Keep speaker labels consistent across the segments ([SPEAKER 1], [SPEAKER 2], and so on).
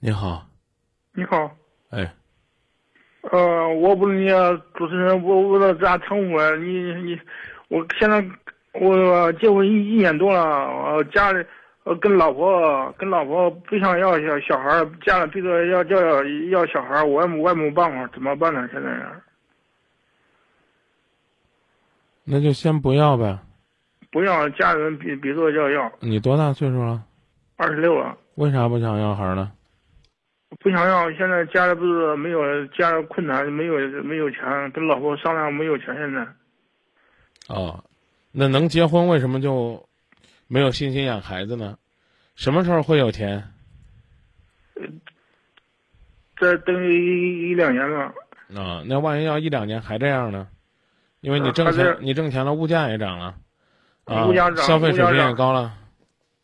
[SPEAKER 1] 你好，
[SPEAKER 2] 你好，
[SPEAKER 1] 哎，
[SPEAKER 2] 呃，我不是你呃主持人，我我这俺称呼你你，我现在我结婚一一年多了，呃，家里呃跟老婆跟老婆不想要小小孩儿，家里逼着要要要要小孩儿，我也没我也没办法，怎么办呢？现在是
[SPEAKER 1] 那就先不要呗。
[SPEAKER 2] 不要家里人逼逼着要要，
[SPEAKER 1] 你多大岁数了？
[SPEAKER 2] 二十六了，
[SPEAKER 1] 为啥不想要孩儿呢？
[SPEAKER 2] 不想要，现在家里不是没有家里困难，没有没有钱，跟老婆商量没有钱，现在
[SPEAKER 1] 哦，那能结婚为什么就没有信心养孩子呢？什么时候会有钱？
[SPEAKER 2] 这等于一一两年了。
[SPEAKER 1] 啊、那万一要一两年还这样呢？因为你
[SPEAKER 2] 嗯
[SPEAKER 1] 挣
[SPEAKER 2] 还
[SPEAKER 1] 钱，
[SPEAKER 2] 是
[SPEAKER 1] 你挣钱了，物价也涨了，啊
[SPEAKER 2] 物价，涨
[SPEAKER 1] 消费水
[SPEAKER 2] 物价
[SPEAKER 1] 平也
[SPEAKER 2] 涨
[SPEAKER 1] 高了，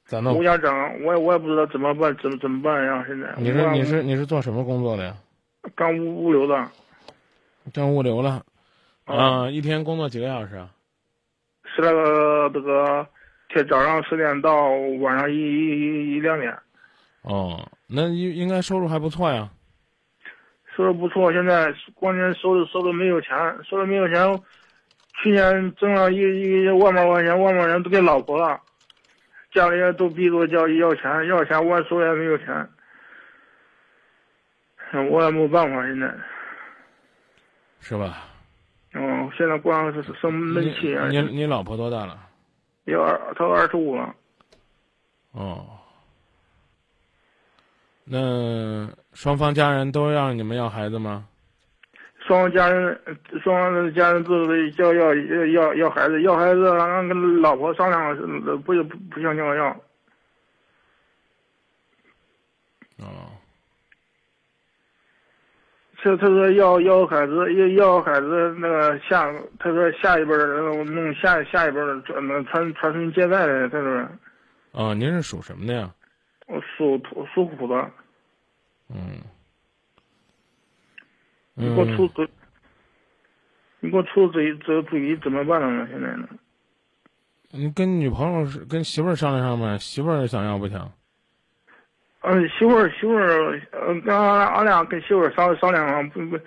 [SPEAKER 1] 咋弄
[SPEAKER 2] 物？价涨，我也我也不知道怎么办，怎么怎么办呀？现在
[SPEAKER 1] 你
[SPEAKER 2] 我
[SPEAKER 1] 是你是啊你是做什么工作的呀？
[SPEAKER 2] 干物物流的
[SPEAKER 1] 干物流了，啊、，一天工作几个小时啊？
[SPEAKER 2] 是那个这个，天早上十点到晚上一一一一两点，
[SPEAKER 1] 哦，那应应该收入还不错呀。
[SPEAKER 2] 收入不错。现在关键收入收入没有钱，收入没有钱，去年挣了一一万把块钱，万把块钱都给老婆了，家里人都逼着我要要钱，要钱我手里也没有钱，嗯我也没有办法现在。
[SPEAKER 1] 是吧？
[SPEAKER 2] 嗯，现在光是生闷气啊！
[SPEAKER 1] 你你你老婆多大了？
[SPEAKER 2] 也二，他二十五了。
[SPEAKER 1] 哦，那双方家人都让你们要孩子吗？
[SPEAKER 2] 双方家人，双方家人都是要要要要孩子，要孩子，然后跟老婆商量，呃不不不想要要。
[SPEAKER 1] 哦，
[SPEAKER 2] 他他说要要孩子，要要孩子，那个下，他说下一辈儿呃弄下下一辈儿传传传宗接代的，他说
[SPEAKER 1] 哦，您是属什么的呀？
[SPEAKER 2] 我属土属虎的，
[SPEAKER 1] 嗯，
[SPEAKER 2] 你给我出
[SPEAKER 1] 嗯，
[SPEAKER 2] 主，你给我出主意，这主意怎么办呢？现在呢？
[SPEAKER 1] 嗯你跟女朋友是跟媳妇儿商量商量呗，媳妇儿想要不想？
[SPEAKER 2] 嗯，媳妇儿，媳妇儿，呃，跟俺俺俩跟媳妇儿商商量啊，不不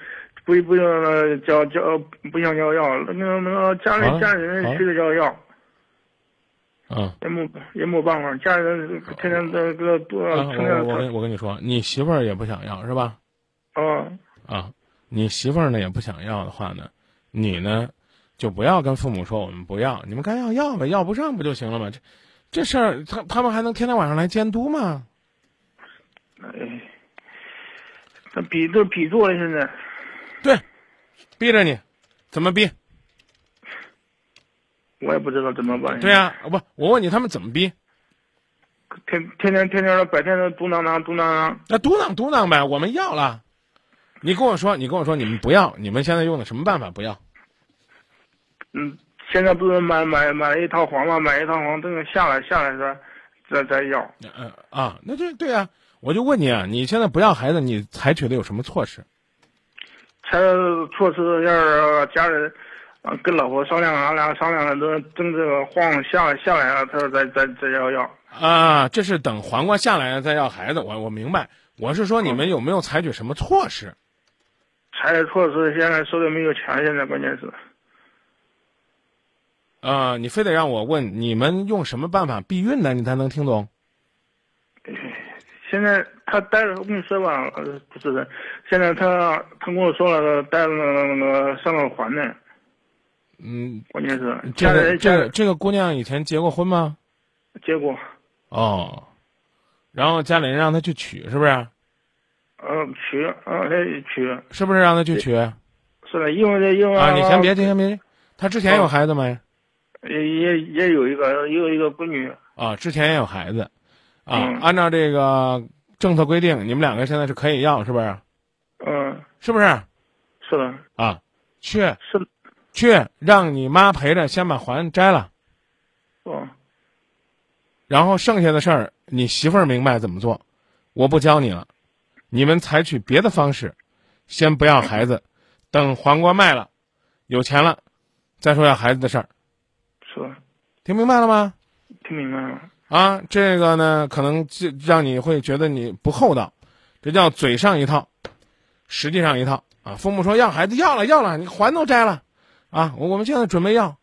[SPEAKER 2] 不不呃叫叫不想要要，那个那个家
[SPEAKER 1] 好了
[SPEAKER 2] 里家
[SPEAKER 1] 好
[SPEAKER 2] 里人
[SPEAKER 1] 了
[SPEAKER 2] 去了要要，
[SPEAKER 1] 啊，
[SPEAKER 2] 也没也没办法，家里人天天这个多
[SPEAKER 1] 啊
[SPEAKER 2] 成
[SPEAKER 1] 我我
[SPEAKER 2] 天
[SPEAKER 1] 跟我跟你说，你媳妇儿也不想要是吧？
[SPEAKER 2] 啊
[SPEAKER 1] 啊，你媳妇儿呢也不想要的话呢，你呢就不要跟父母说我们不要，你们该要要呗，要不上不就行了吗？这这事儿他他们还能天天晚上来监督吗？
[SPEAKER 2] 哎，这比这比做了现在，
[SPEAKER 1] 对，逼着你，怎么逼？
[SPEAKER 2] 我也不知道怎么办。
[SPEAKER 1] 对呀、啊，不，我问你他们怎么逼？
[SPEAKER 2] 天天天天天的白天的嘟囔囔嘟囔囔，
[SPEAKER 1] 那嘟囔嘟囔呗，我们要了。你跟我说，你跟我说，你们不要，你们现在用的什么办法不要？
[SPEAKER 2] 嗯，现在不是买买买了一套房嘛，买一套房，等下来下来再再再要。
[SPEAKER 1] 呃啊，那就对啊，我就问你啊，你现在不要孩子，你采取的有什么措施？
[SPEAKER 2] 才措施要是家人，呃，跟老婆商量，俺俩商量了，都争这个晃下来下来了，他说再再再要要，
[SPEAKER 1] 啊，这是等黄瓜下来了再要孩子，我我明白。我是说你们有没有采取什么措施？
[SPEAKER 2] 采取措施，现在手里没有钱，现在关键是，
[SPEAKER 1] 啊，你非得让我问你们用什么办法避孕呢？你才能听懂？
[SPEAKER 2] 现在他待着，我跟你说吧，呃，不是的，现在他他跟我说了，待了那个上个环呢，
[SPEAKER 1] 嗯，
[SPEAKER 2] 关键是
[SPEAKER 1] 这
[SPEAKER 2] 家里
[SPEAKER 1] 个
[SPEAKER 2] 人
[SPEAKER 1] 这
[SPEAKER 2] 呃家
[SPEAKER 1] 个这个姑娘以前结过婚吗？
[SPEAKER 2] 结果，
[SPEAKER 1] 哦，然后家里人让她去娶，是不是？
[SPEAKER 2] 嗯，娶，嗯，哎，娶，
[SPEAKER 1] 是不是让她去娶？啊，
[SPEAKER 2] 是的，因为这因为
[SPEAKER 1] 你先别，先别，她之
[SPEAKER 2] 哦
[SPEAKER 1] 前有孩子没？
[SPEAKER 2] 也也也有一个也有一个闺女，
[SPEAKER 1] 啊，之前也有孩子。啊，
[SPEAKER 2] 嗯
[SPEAKER 1] 按照这个政策规定，你们两个现在是可以要，是不是？
[SPEAKER 2] 嗯，
[SPEAKER 1] 是不是？
[SPEAKER 2] 是的，
[SPEAKER 1] 啊，去。
[SPEAKER 2] 是的，
[SPEAKER 1] 去让你妈陪着，先把环摘了，
[SPEAKER 2] 哦，
[SPEAKER 1] 然后剩下的事儿你媳妇儿明白怎么做，我不教你了。你们采取别的方式，先不要孩子，等黄瓜卖了，有钱了，再说要孩子的事儿。
[SPEAKER 2] 是的。
[SPEAKER 1] 听明白了吗？
[SPEAKER 2] 听明白了，
[SPEAKER 1] 啊，这个呢，可能这让你会觉得你不厚道，这叫嘴上一套，实际上一套啊。父母说要孩子要了要了，你环都摘了，啊，我我们现在准备要，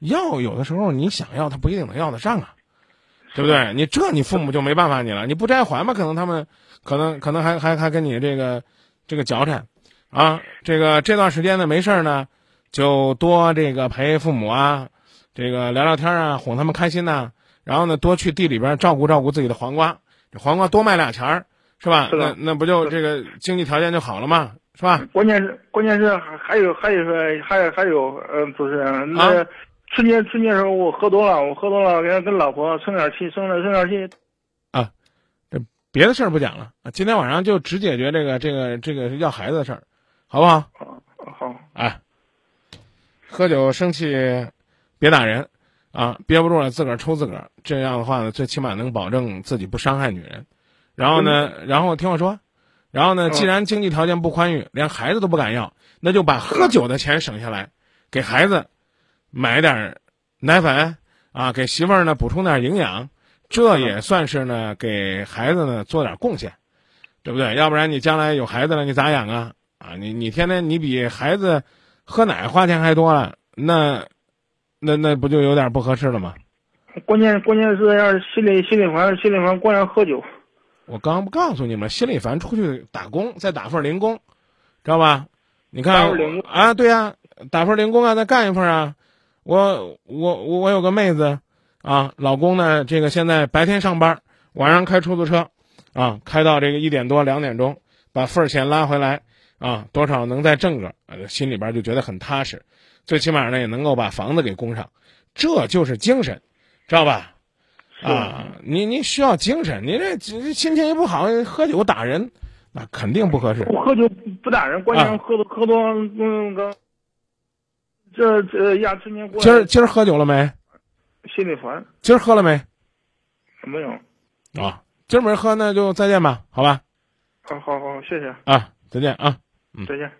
[SPEAKER 1] 要有的时候你想要他不一定能要得上啊，对不对？你这你父母就没办法你了，你不摘环吧，可能他们可能可能还还还跟你这个这个矫缠，啊，这个这段时间呢没事儿呢，就多这个陪父母啊，这个聊聊天啊，哄他们开心呐、然后呢，多去地里边照顾照顾自己的黄瓜，这黄瓜多卖俩钱儿，是吧？
[SPEAKER 2] 是
[SPEAKER 1] 那
[SPEAKER 2] 的
[SPEAKER 1] 那不就这个经济条件就好了嘛，是吧？
[SPEAKER 2] 关键是关键是还还有还有个还有还有呃主持人，
[SPEAKER 1] 啊
[SPEAKER 2] 那春节春节的时候我喝多了，我喝多了，跟跟老婆生点气，生点生点气，
[SPEAKER 1] 别的事儿不讲了，啊今天晚上就只解决这个这个这个要孩子的事儿，好不好？
[SPEAKER 2] 好，
[SPEAKER 1] 哎，喝酒生气，别打人啊！憋不住了，自个儿抽自个儿，这样的话呢，最起码能保证自己不伤害女人。然后呢，然后听我说，然后呢，
[SPEAKER 2] 嗯
[SPEAKER 1] 既然经济条件不宽裕，连孩子都不敢要，那就把喝酒的钱省下来，给孩子买点儿奶粉啊，给媳妇儿呢补充点儿营养，这也算是呢给孩子呢做点儿贡献，对不对？要不然你将来有孩子了，你咋养啊？啊，你你天天你比孩子喝奶花钱还多了，那那那不就有点不合适了吗？
[SPEAKER 2] 关键关键是要心里心里烦，心里烦，光要喝酒，
[SPEAKER 1] 我刚不告诉你们，心里烦出去打工，再打份零工，知道吧？你
[SPEAKER 2] 打
[SPEAKER 1] 看
[SPEAKER 2] 份零工
[SPEAKER 1] 啊，对呀、打份零工啊，再干一份啊。我我我我有个妹子啊，老公呢，这个现在白天上班，晚上开出租车，啊，开到这个一点多两点钟，把份儿钱拉回来啊，多少能再挣个，呃心里边就觉得很踏实，最起码呢也能够把房子给供上，这就是精神，知道吧？
[SPEAKER 2] 是
[SPEAKER 1] 啊，你你需要精神，你这这心情一不好，喝酒打人，那肯定不合适。
[SPEAKER 2] 不喝酒不打人，关键
[SPEAKER 1] 啊
[SPEAKER 2] 是喝多喝多，嗯个，这这呀春节过
[SPEAKER 1] 今儿今儿喝酒了没？
[SPEAKER 2] 心里烦，
[SPEAKER 1] 今儿喝了没？
[SPEAKER 2] 没有，
[SPEAKER 1] 啊，今儿没喝，那就再见吧，好吧？
[SPEAKER 2] 好好好，谢谢，
[SPEAKER 1] 啊，再见啊。
[SPEAKER 2] 再见。